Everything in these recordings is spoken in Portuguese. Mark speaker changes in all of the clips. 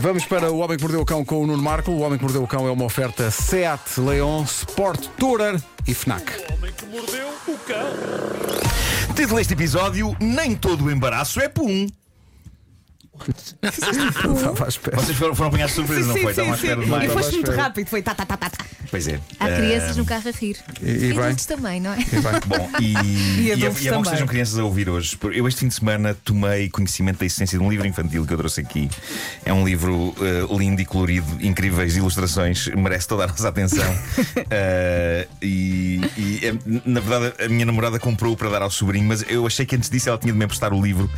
Speaker 1: Vamos para O Homem que Mordeu o Cão com o Nuno Marco. O Homem que Mordeu o Cão é uma oferta Seat Leon, Sport Tourer e Fnac.
Speaker 2: homem que mordeu o cão.
Speaker 3: Título deste episódio: Nem todo o embaraço é pum.
Speaker 1: Estava à espera.
Speaker 3: Vocês foram, foram apanhados de surpresa, não foi? Estavam à espera de
Speaker 4: E
Speaker 3: mais.
Speaker 4: foste muito
Speaker 1: espera.
Speaker 4: rápido, foi tá, tá, tá, tá. tá.
Speaker 3: Pois é.
Speaker 5: Há
Speaker 3: Ah,
Speaker 5: crianças no carro a rir.
Speaker 1: E- e bem?
Speaker 5: adultos também, não é?
Speaker 3: Bom, e, e, é,
Speaker 4: adultos
Speaker 3: e é bom
Speaker 4: também.
Speaker 3: que estejam crianças a ouvir hoje. porque Eu, este fim de semana, tomei conhecimento da essência de um livro infantil que eu trouxe aqui. É um livro eh, lindo e colorido, incríveis ilustrações, merece toda a nossa atenção. Ah, e, e, eh, na verdade, a minha namorada comprou-o para dar ao sobrinho, mas eu achei que antes disso ela tinha de me emprestar o livro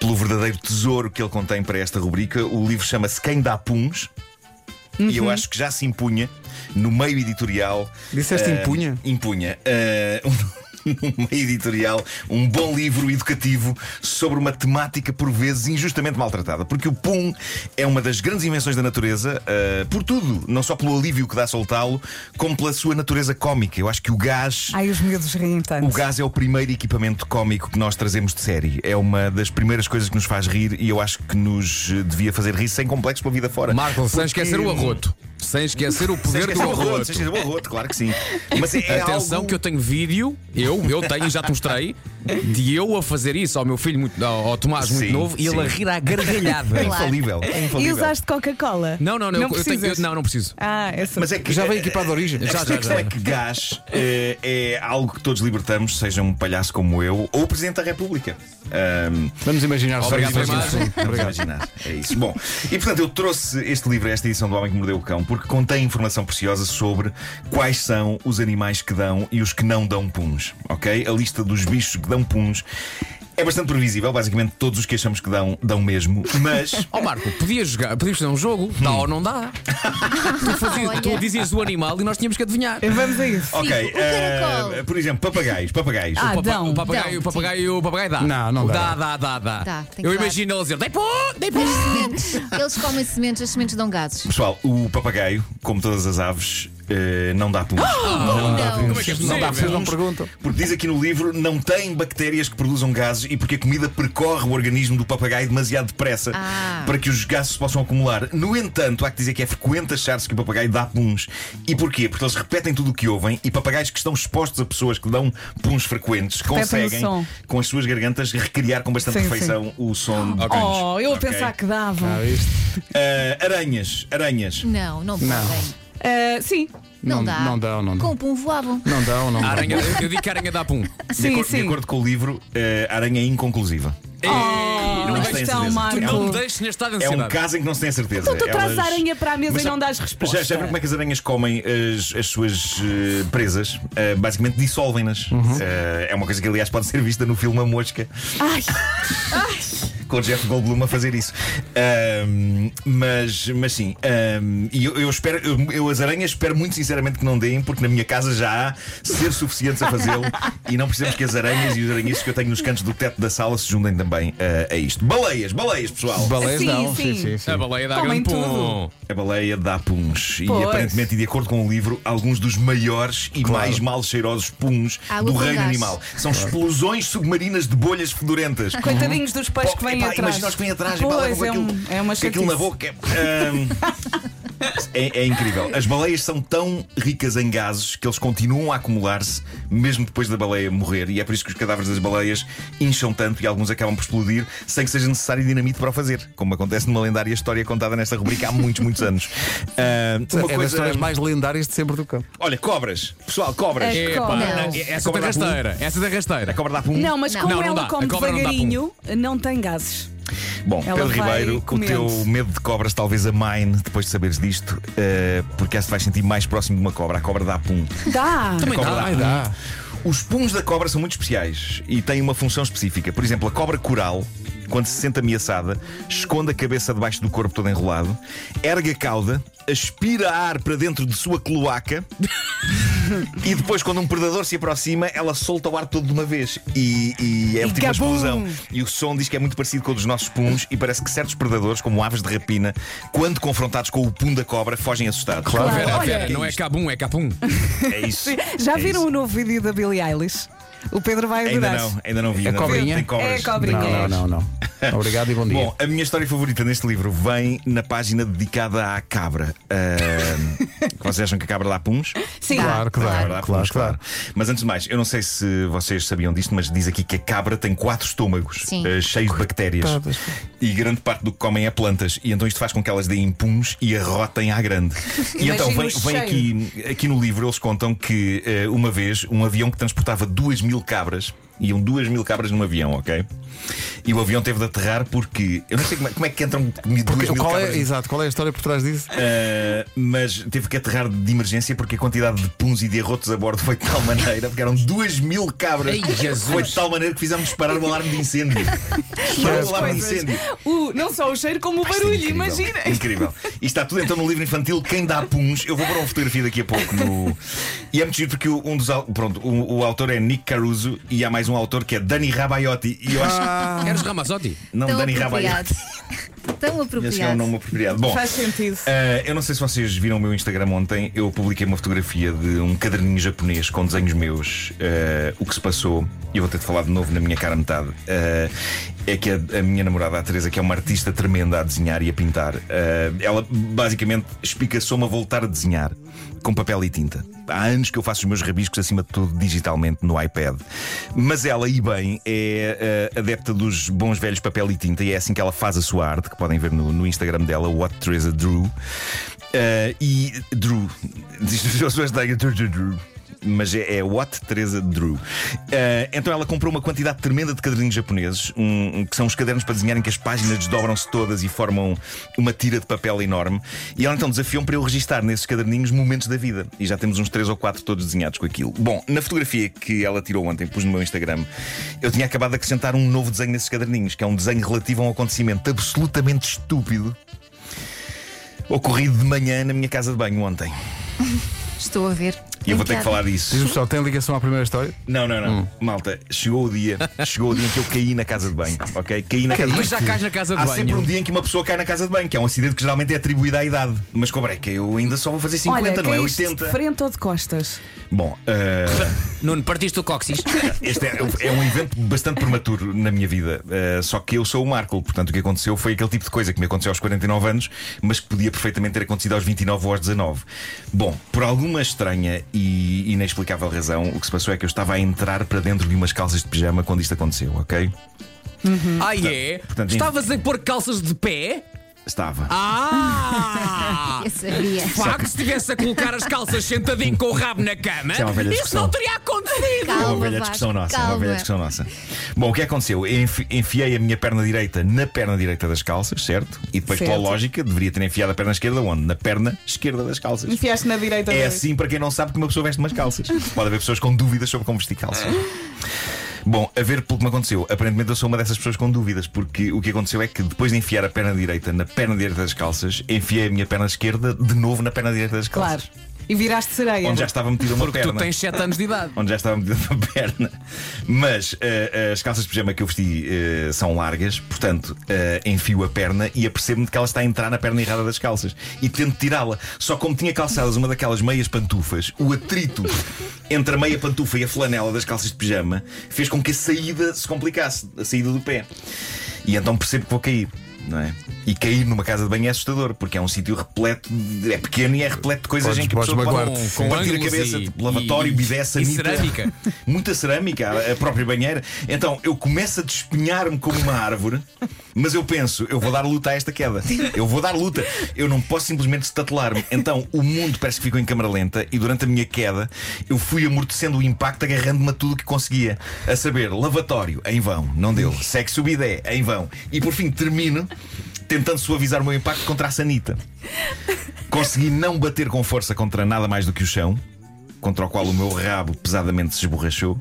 Speaker 3: pelo verdadeiro tesouro que ele contém para esta rubrica. O livro chama-se Quem Dá Puns. E
Speaker 1: Uhum.
Speaker 3: eu acho que já se impunha no meio editorial.
Speaker 1: Disseste
Speaker 3: ah,
Speaker 1: impunha?
Speaker 3: Impunha. ah, um- Numa editorial, um bom livro educativo sobre uma temática por vezes injustamente maltratada. Porque o pum é uma das grandes invenções da natureza, ah, por tudo, não só pelo alívio que dá soltá-lo, como pela sua natureza cómica. Eu acho que o gás.
Speaker 4: Ai, os medos riem tanto.
Speaker 3: O gás é o primeiro equipamento cómico que nós trazemos de série. É uma das primeiras coisas que nos faz rir e eu acho que nos eh, devia fazer rir sem complexo pela vida fora.
Speaker 6: Marco, sem esquecer o arroto. Sem esquecer o
Speaker 3: Sem
Speaker 6: poder
Speaker 3: esquecer
Speaker 6: do
Speaker 3: o arroto,
Speaker 6: arroto.
Speaker 3: sem esquecer o arroto, claro que é sim. Mas é
Speaker 6: Atenção
Speaker 3: algo...
Speaker 6: que eu tenho vídeo, eu, eu tenho, já te mostrei, de eu a fazer isso ao meu filho muito, ao, ao Tomás muito
Speaker 3: Sim,
Speaker 6: novo e ele
Speaker 3: sim.
Speaker 6: a rir à gargalhada.
Speaker 3: É infalível. É infalível.
Speaker 4: E usaste Coca-Cola?
Speaker 6: Não, não, não, eu- eu tenho- eu-
Speaker 4: precisas?
Speaker 6: não, não preciso.
Speaker 4: Ah, é só.
Speaker 3: Mas é que
Speaker 1: Já veio equipado de origem.
Speaker 3: A
Speaker 6: Já,
Speaker 3: questão-
Speaker 6: já,
Speaker 3: a questão
Speaker 6: já.
Speaker 3: é que gás eh, é algo que todos libertamos, seja um palhaço como eu ou o Presidente da República. Ahm,
Speaker 1: Vamos imaginar. só
Speaker 6: Obrigado,
Speaker 1: isso.
Speaker 6: Tomás.
Speaker 3: Vamos imaginar. É isso. Bom, e portanto eu trouxe este livro, esta edição do Homem que Mordeu o Cão, porque contém informação preciosa sobre quais são os animais que dão e os que não dão puns. Ok? A lista dos bichos que dão puns. É bastante previsível, basicamente todos os que achamos que dão, dão mesmo, mas.
Speaker 6: Ó Marco, podias jogar, podíamos fazer um jogo, dá ou não dá. tu, fazias-
Speaker 5: Olha.
Speaker 6: tu dizias o animal e nós tínhamos que adivinhar.
Speaker 4: Vamos a isso.
Speaker 3: Ok,
Speaker 5: o caracol.
Speaker 3: eh, por exemplo, papagaios, papagaios.
Speaker 4: Ah,
Speaker 6: O papa-
Speaker 4: dão,
Speaker 6: o papagaio,
Speaker 5: dão,
Speaker 6: o papagaio, o papagaio dá.
Speaker 1: Não, não dá.
Speaker 6: Dá, dá, dá, dá.
Speaker 5: Dá, tem que
Speaker 6: eu
Speaker 5: dar.
Speaker 6: imagino ele a dizer: dei pum, dei pum.
Speaker 5: As sementes. Eles comem sementes, as sementes dão gases.
Speaker 3: Pessoal, o papagaio, como todas as aves, eh, não dá puns. não dá
Speaker 5: não.
Speaker 3: puns.
Speaker 5: Como
Speaker 6: é que é
Speaker 1: Não dá, vocês não perguntam.
Speaker 3: Porque diz aqui no livro, não tem bactérias que produzam gases e porque a comida percorre o organismo do papagaio demasiado depressa
Speaker 5: Ah.
Speaker 3: para que os gases se possam acumular. No entanto, há que dizer que é frequente achar-se que o papagaio dá puns. E porquê? Porque eles repetem tudo o que ouvem e papagaios que estão expostos a pessoas que dão puns frequentes
Speaker 4: Repetem o
Speaker 3: conseguem,
Speaker 4: som.
Speaker 3: com as suas gargantas, recriar com bastante
Speaker 4: Sim, sim.
Speaker 3: perfeição o som de puns.
Speaker 4: Oh, eu a
Speaker 3: Ok?
Speaker 4: pensar que davam.
Speaker 1: Ah, isto
Speaker 3: Ah, aranhas, aranhas.
Speaker 5: Não, não podem.
Speaker 1: Não.
Speaker 4: Ah, sim,
Speaker 5: Não,
Speaker 1: Não-
Speaker 5: dá.
Speaker 1: não dão, não dão.
Speaker 5: Com o pum voavam.
Speaker 1: Não dá ou não
Speaker 6: A
Speaker 1: dá.
Speaker 6: aranha, eu digo que a aranha dá pum.
Speaker 3: de,
Speaker 4: sim,
Speaker 3: acor- de
Speaker 4: sim.
Speaker 3: acordo com o livro, ah, a aranha é inconclusiva.
Speaker 4: Oh,
Speaker 3: não
Speaker 4: mas
Speaker 3: tem
Speaker 4: tão,
Speaker 3: certeza.
Speaker 4: Marco.
Speaker 3: Tu
Speaker 6: Não me deixes nesta
Speaker 3: É
Speaker 6: ansiedade.
Speaker 3: um caso em que não se tem a certeza.
Speaker 4: Então tu trazes a
Speaker 3: Elas-
Speaker 4: aranha para a mesa
Speaker 3: Mas
Speaker 4: e
Speaker 3: já-
Speaker 4: não dás resposta.
Speaker 3: Já, já viram como é que as aranhas comem as, as suas eh, presas? Eh, basicamente dissolvem-nas.
Speaker 4: Uhum.
Speaker 3: Eh, é uma coisa que, aliás, pode ser vista no filme A Mosca,
Speaker 4: Ai,
Speaker 3: com o Jeff Goldblum a fazer isso. Ahm, mas, mas sim, ahm, e eu, eu espero, eu, eu as aranhas espero muito sinceramente que não deem, porque na minha casa já há ser suficientes a fazê-lo e não precisamos que as aranhas e os aranhices que eu tenho nos cantos do teto da sala se juntem também eh, a isto. Baleias, baleias, pessoal!
Speaker 1: Baleias
Speaker 4: Sim,
Speaker 1: não.
Speaker 4: sim.
Speaker 1: sim, sim.
Speaker 6: A baleia dá
Speaker 4: Comem
Speaker 6: grande pum.
Speaker 4: tudo.
Speaker 3: A baleia dá puns.
Speaker 4: Pois.
Speaker 3: E aparentemente, e de acordo com o livro, alguns dos maiores e mais mal cheirosos puns
Speaker 5: Água
Speaker 3: do
Speaker 5: com
Speaker 3: reino
Speaker 5: gás.
Speaker 3: animal. São explosões submarinas de bolhas fedorentas.
Speaker 4: coitadinhos dos peixes que vêm
Speaker 3: Epá,
Speaker 4: atrás.
Speaker 3: Imagina os que vêm atrás e
Speaker 4: pois,
Speaker 3: com
Speaker 4: é,
Speaker 3: aquilo,
Speaker 4: um, é uma
Speaker 3: com aquilo na
Speaker 4: chatice.
Speaker 3: boca. Ahm, é, é incrível. As baleias são tão ricas em gases que eles continuam a acumular-se mesmo depois da baleia morrer. E é por isso que os cadáveres das baleias incham tanto e alguns acabam por explodir sem que seja necessário dinamite para o fazer. Como acontece numa lendária história contada nesta rubrica há muitos, muitos anos. Ah, uma
Speaker 1: É das histórias
Speaker 3: coisa.
Speaker 1: mais lendárias de sempre do cão.
Speaker 3: Olha, cobras. Pessoal, cobras.
Speaker 4: As
Speaker 6: Epá,
Speaker 4: cobras.
Speaker 5: não.
Speaker 6: essa
Speaker 3: É Como É dá
Speaker 6: da
Speaker 3: pum?
Speaker 6: É rasteira, essa da rasteira.
Speaker 3: A cobra dá um pum.
Speaker 4: Não, mas como
Speaker 6: Não, não
Speaker 4: ela
Speaker 6: dá.
Speaker 4: come
Speaker 6: A cobra não dá
Speaker 4: devagarinho, não, tem gases.
Speaker 3: Bom,
Speaker 4: Ela
Speaker 3: Pedro
Speaker 4: vai
Speaker 3: Ribeiro, o
Speaker 4: comendo.
Speaker 3: teu medo de cobras talvez a mine depois de saberes disto, eh, porque essa te vais sentir mais próximo de uma cobra. A cobra dá pum.
Speaker 4: Dá.
Speaker 6: Também
Speaker 3: É Como
Speaker 6: dá.
Speaker 3: dá. Os puns da cobra são muito especiais e têm uma função específica. Por exemplo, a cobra coral, quando se sente ameaçada, esconde a cabeça debaixo do corpo todo enrolado, ergue a cauda, aspira ar para dentro de sua cloaca. E depois, quando um predador se aproxima, ela solta o ar todo de uma vez. E, e é
Speaker 4: E
Speaker 3: tipo uma
Speaker 4: gabum!
Speaker 3: explosão. E o som diz que é muito parecido com o dos nossos puns. E parece que certos predadores, como aves de rapina, quando confrontados com o pum da cobra, fogem assustados.
Speaker 4: Claro.
Speaker 6: Vera, é
Speaker 4: Olha,
Speaker 6: Vera, não é cabum, é capum.
Speaker 3: É isso.
Speaker 4: Já
Speaker 3: É
Speaker 4: viram
Speaker 3: isso.
Speaker 4: o novo vídeo da Billie Eilish? O Pedro vai
Speaker 3: Ainda
Speaker 4: adorar.
Speaker 3: não, ainda não vi.
Speaker 1: É
Speaker 3: ainda não vi.
Speaker 1: cobrinha?
Speaker 3: Tem cobras.
Speaker 4: É
Speaker 1: Não,
Speaker 4: cobrinha.
Speaker 1: não, não, não. Obrigado e bom dia.
Speaker 3: Bom, a minha história favorita neste livro vem na página dedicada à cabra. Ah, vocês acham que a cabra dá puns?
Speaker 4: Sim.
Speaker 1: Claro que dá,
Speaker 3: Cabra dá
Speaker 1: claro,
Speaker 3: puns,
Speaker 1: claro. claro.
Speaker 3: Mas antes de mais, eu não sei se vocês sabiam disto, mas diz aqui que a cabra tem quatro estômagos
Speaker 5: Sim.
Speaker 3: ah, cheios de bactérias. E grande parte do que comem é plantas. E então isto faz com que elas deem puns e arrotem à grande. E
Speaker 4: Imagina
Speaker 3: então vem, vem
Speaker 4: o cheiro.
Speaker 3: aqui, aqui no livro, eles contam que eh, uma vez um avião que transportava duas mil cabras. Iam duas mil cabras num avião, ok? E o avião teve de aterrar porque. Eu não sei como é, como é que entram duas
Speaker 1: Porque-
Speaker 3: mil
Speaker 1: qual é,
Speaker 3: cabras.
Speaker 1: exato, qual é a história por trás disso?
Speaker 3: Uh, mas teve que aterrar de emergência porque a quantidade de puns e de arrotos a bordo foi de tal maneira, porque eram duas mil cabras.
Speaker 6: Ai, Jesus.
Speaker 3: Foi de tal maneira que fizemos disparar o alarme de incêndio. Disparou o alarme de incêndio.
Speaker 4: O, não só o cheiro, como o
Speaker 3: Pá, isto é
Speaker 4: barulho,
Speaker 3: incrível,
Speaker 4: imagina.
Speaker 3: Incrível. E está tudo então no livro infantil Quem dá puns. Eu vou pôr uma fotografia daqui a pouco no. E é muito giro porque o- um dos. au- Pronto, o, o autor é Nick Caruso e há mais um autor que é Dani Rabaiotti. E eu acho.
Speaker 6: Eres Ramazotti?
Speaker 3: Não,
Speaker 5: Ah. Tão
Speaker 3: Dani Rabaiotti.
Speaker 5: apropriado.
Speaker 3: Esse
Speaker 5: Tão
Speaker 3: é o
Speaker 5: apropriado.
Speaker 3: nome apropriado. Bom,
Speaker 4: Faz sentido.
Speaker 3: eh, eu não sei se vocês viram o meu Instagram ontem. Eu publiquei uma fotografia de um caderninho japonês com desenhos meus. Eh, o que se passou, e eu vou ter de falar de novo na minha cara metade, eh, é que a, a minha namorada, a Teresa, que é uma artista tremenda a desenhar e a pintar, eh, ela basicamente espicaçou-me a voltar a desenhar com papel e tinta. Há anos que eu faço os meus rabiscos, acima de tudo, digitalmente no iPad. Mas ela, e bem, é eh, adepta dos bons velhos papel e tinta, e é assim que ela faz a sua arte, que podem ver no, no Instagram dela, What Teresa Drew. Eh, e Drew, diz as pessoas Drew, Drew, Drew. Mas é, é What Teresa Drew. Eh, então ela comprou uma quantidade tremenda de caderninhos japoneses, um- um- que são os cadernos para desenhar em que as páginas desdobram-se todas e formam uma tira de papel enorme. E ela então desafiou-me para eu registar nesses caderninhos momentos da vida. E já temos uns três ou quatro todos desenhados com aquilo. Bom, na fotografia que ela tirou ontem, pus no meu Instagram, eu tinha acabado de acrescentar um novo desenho nesses caderninhos, que é um desenho relativo a um acontecimento absolutamente estúpido ocorrido de manhã na minha casa de banho ontem.
Speaker 5: Estou a ver.
Speaker 3: E eu vou ter que
Speaker 5: Enteado.
Speaker 3: falar disso.
Speaker 1: Diz-me só, tem ligação à primeira história?
Speaker 3: Não, não,
Speaker 6: Hum.
Speaker 3: não. Malta, chegou o dia, chegou o dia em que eu caí na casa de banho, ok? Caí na casa de banho.
Speaker 6: Mas já cais na casa de
Speaker 3: Há sempre um
Speaker 6: banho.
Speaker 3: dia em que uma pessoa cai na casa de banho, que é um acidente que geralmente é atribuído à idade. Mas cobrei que eu ainda só vou fazer 50,
Speaker 4: Olha,
Speaker 3: não é
Speaker 4: caíste
Speaker 3: 80.
Speaker 4: de frente ou de costas?
Speaker 3: Bom, eh,
Speaker 6: Nuno, partiste o cóccix.
Speaker 3: este é, é um evento bastante prematuro na minha vida. Eh, só que eu sou o Marco, portanto o que aconteceu foi aquele tipo de coisa que me aconteceu aos 49 anos, mas que podia perfeitamente ter acontecido aos 29 ou aos 19. Bom, por alguma estranha e inexplicável razão, o que se passou é que eu estava a entrar para dentro de umas calças de pijama quando isto aconteceu, ok?
Speaker 6: Ah, é?
Speaker 3: portanto,
Speaker 6: Estavas a pôr calças de pé?
Speaker 3: Estava.
Speaker 6: Ah!
Speaker 5: Eu sabia.
Speaker 6: Pá, que se estivesse a colocar as calças sentadinho com o rabo na cama,
Speaker 3: Isso é uma velha
Speaker 6: isso
Speaker 3: discussão.
Speaker 6: não teria acontecido!
Speaker 5: Calma,
Speaker 3: é uma velha
Speaker 5: Vasco,
Speaker 3: discussão nossa, é uma
Speaker 5: calma.
Speaker 3: velha discussão nossa. Bom, o que aconteceu? Eu enfi- enfiei a minha perna direita na perna direita das calças, certo? E depois, pela
Speaker 4: Certo.
Speaker 3: lógica, deveria ter enfiado a perna esquerda onde? Na perna esquerda das calças.
Speaker 4: Enfiaste na direita
Speaker 3: É
Speaker 4: da-
Speaker 3: assim para quem não sabe que uma pessoa veste umas calças. Pode haver pessoas com dúvidas sobre como vestir calças. Bom, a ver pelo que me aconteceu, aparentemente eu sou uma dessas pessoas com dúvidas, porque o que aconteceu é que depois de enfiar a perna direita na perna direita das calças, enfiei a minha perna esquerda de novo na perna direita das
Speaker 4: Claro.
Speaker 3: calças.
Speaker 4: E viraste sereia.
Speaker 3: Onde já estava metida uma
Speaker 6: Porque
Speaker 3: perna
Speaker 6: tu tens 7 anos de idade.
Speaker 3: onde já estava metida uma perna. Mas eh, as calças de pijama que eu vesti eh, são largas, portanto, eh, enfio a perna e apercebo-me de que ela está a entrar na perna errada das calças e tento tirá-la. Só como tinha calçadas uma daquelas meias pantufas, o atrito entre a meia pantufa e a flanela das calças de pijama fez com que a saída se complicasse, a saída do pé. E então percebo que vou cair. Não é? E cair numa casa de banho é assustador, porque é um sítio repleto, de- é pequeno e é repleto de coisas
Speaker 1: Podes-
Speaker 3: em que a
Speaker 1: podes
Speaker 3: pessoa pode
Speaker 1: magoar-te.
Speaker 6: Com
Speaker 3: partir a
Speaker 6: ângulos
Speaker 3: cabeça,
Speaker 6: e-
Speaker 3: tipo, lavatório,
Speaker 6: e-
Speaker 3: bidé,
Speaker 6: e
Speaker 3: sanita.
Speaker 6: cerâmica.
Speaker 3: Muita cerâmica, a- a própria banheira. Então eu começo a despenhar-me como uma árvore, mas eu penso, eu vou dar luta a esta queda. Eu vou dar luta. Eu não posso simplesmente estatelar-me. Então o mundo parece que ficou em câmara lenta e durante a minha queda eu fui amortecendo o impacto, agarrando-me a tudo que conseguia. A saber, lavatório, em vão, não deu. Sexo bidé, em vão. E por fim termino tentando suavizar o meu impacto contra a Sanita. Consegui não bater com força contra nada mais do que o chão, contra o qual o meu rabo pesadamente se esborrachou.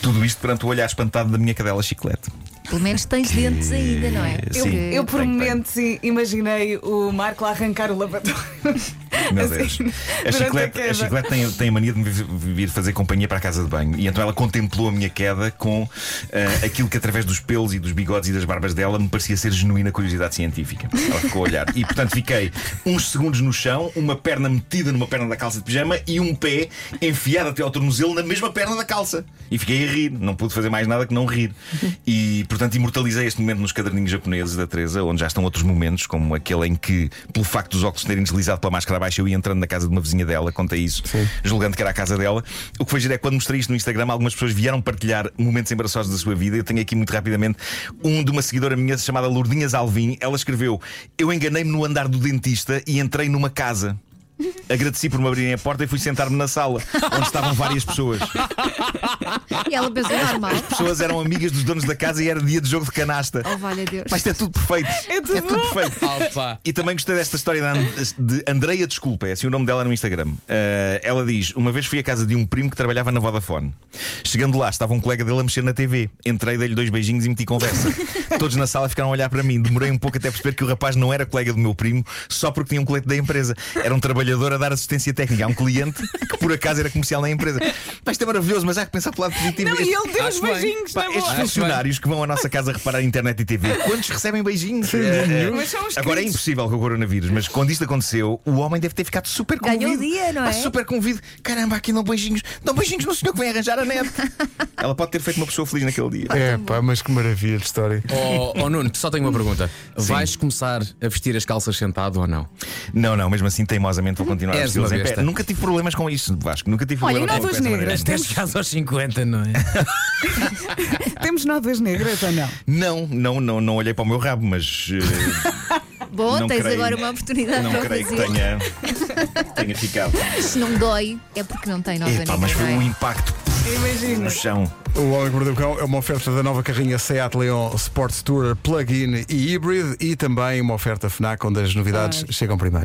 Speaker 3: Tudo isto perante o olhar espantado da minha cadela chiclete.
Speaker 5: Pelo menos tens dentes ainda, não é?
Speaker 3: Eh,
Speaker 4: Eu,
Speaker 3: sim,
Speaker 4: eu por
Speaker 3: tenho,
Speaker 4: momentos i- imaginei o Marco a arrancar o lavatório
Speaker 3: Meu Deus. A
Speaker 4: durante
Speaker 3: chiclete,
Speaker 4: a queda.
Speaker 3: a Chiclete tem, tem a mania de me vi- vir fazer companhia para a casa de banho. E então ela contemplou a minha queda com ah, aquilo que, através dos pelos e dos bigodes e das barbas dela, me parecia ser genuína curiosidade científica. Ela ficou a olhar. E portanto fiquei uns segundos no chão, uma perna metida numa perna da calça de pijama e um pé enfiado até ao tornozelo na mesma perna da calça. E fiquei a rir. Não pude fazer mais nada que não rir. E portanto imortalizei este momento nos caderninhos japoneses da Teresa, onde já estão outros momentos, como aquele em que, pelo facto dos óculos terem deslizado pela máscara abaixo, eu ia entrando na casa de uma vizinha dela, contei isso, julgando que era a casa dela. O que foi giro é que quando mostrei isto no Instagram, algumas pessoas vieram partilhar momentos embaraçosos da sua vida. Eu tenho aqui muito rapidamente um de uma seguidora minha chamada Lourdinhas Alvim. Ela escreveu: Eu enganei-me no andar do dentista e entrei numa casa. Agradeci por me abrirem a porta e fui sentar-me na sala, onde estavam várias pessoas.
Speaker 5: E ela pensou normal.
Speaker 3: As pessoas eram amigas dos donos da casa e era dia de jogo de canasta.
Speaker 5: Oh, valha Deus.
Speaker 3: Mas isto é tudo perfeito.
Speaker 4: É tudo bom.
Speaker 3: perfeito.
Speaker 6: Opa.
Speaker 3: E também gostei desta história da And- de Andreia Desculpa, é assim o nome dela no Instagram. Eh, ela diz: Uma vez fui à casa de um primo que trabalhava na Vodafone. Chegando lá, estava um colega dele a mexer na TV. Entrei, dei-lhe dois beijinhos e meti conversa. Todos na sala ficaram a olhar para mim. Demorei um pouco até perceber que o rapaz não era colega do meu primo, só porque tinha um colete da empresa. Era um trabalhador a dar assistência técnica a um cliente que por acaso era comercial na empresa. Pá, isto é maravilhoso, mas há que pensar pelo lado positivo.
Speaker 4: Não, e
Speaker 3: Este-
Speaker 4: ele deu os
Speaker 6: Acho bem.
Speaker 4: beijinhos,
Speaker 3: Pá,
Speaker 4: na
Speaker 3: estes
Speaker 4: boa.
Speaker 3: funcionários que vão à nossa casa reparar internet e TV, quantos recebem beijinhos? Eh, eh,
Speaker 4: Mas são os
Speaker 3: agora é
Speaker 4: queridos.
Speaker 3: impossível com o coronavírus, mas quando isto aconteceu, o homem deve ter ficado super convido.
Speaker 5: Ganhou o dia, não é?
Speaker 3: Ah, super convido. Caramba, aqui não beijinhos. Dão beijinhos no senhor que vem arranjar a net. Ela pode ter feito uma pessoa feliz naquele dia.
Speaker 1: É, pá, mas que maravilha de história.
Speaker 6: Oh, oh, Nuno, só tenho uma pergunta. Vais começar a vestir as calças sentado ou não?
Speaker 3: Não, não, mesmo assim, teimosamente vou continuar a
Speaker 6: És
Speaker 3: vesti-las
Speaker 6: uma
Speaker 3: em pé.
Speaker 6: besta.
Speaker 3: Nunca tive problemas com isso, Vasco. Nunca tive
Speaker 4: Olha,
Speaker 3: problemas com
Speaker 4: e
Speaker 5: é
Speaker 4: nós
Speaker 3: essa
Speaker 4: as
Speaker 3: maneira.
Speaker 4: negras?
Speaker 6: Tens chegado aos 50, não é?
Speaker 4: Temos nódoas negras ou
Speaker 5: né?
Speaker 4: não?
Speaker 3: Não, não, não, não olhei para o meu rabo, mas eh,
Speaker 5: Bom,
Speaker 3: não
Speaker 5: tens
Speaker 3: creio-
Speaker 5: agora uma oportunidade
Speaker 3: não
Speaker 5: para
Speaker 3: creio que
Speaker 5: fazer.
Speaker 3: tenha, tenha ficado.
Speaker 5: Se não dói, é porque não é? tem nova
Speaker 3: Epá, mas foi um
Speaker 5: ninguém,
Speaker 3: impacto
Speaker 4: Imagina.
Speaker 3: no chão.
Speaker 1: O Homem que Mordeu o Cão é uma oferta da nova carrinha Seat Leon Sports Tourer Plug-in e Hybrid e também uma oferta FNAC onde as novidades chegam primeiro.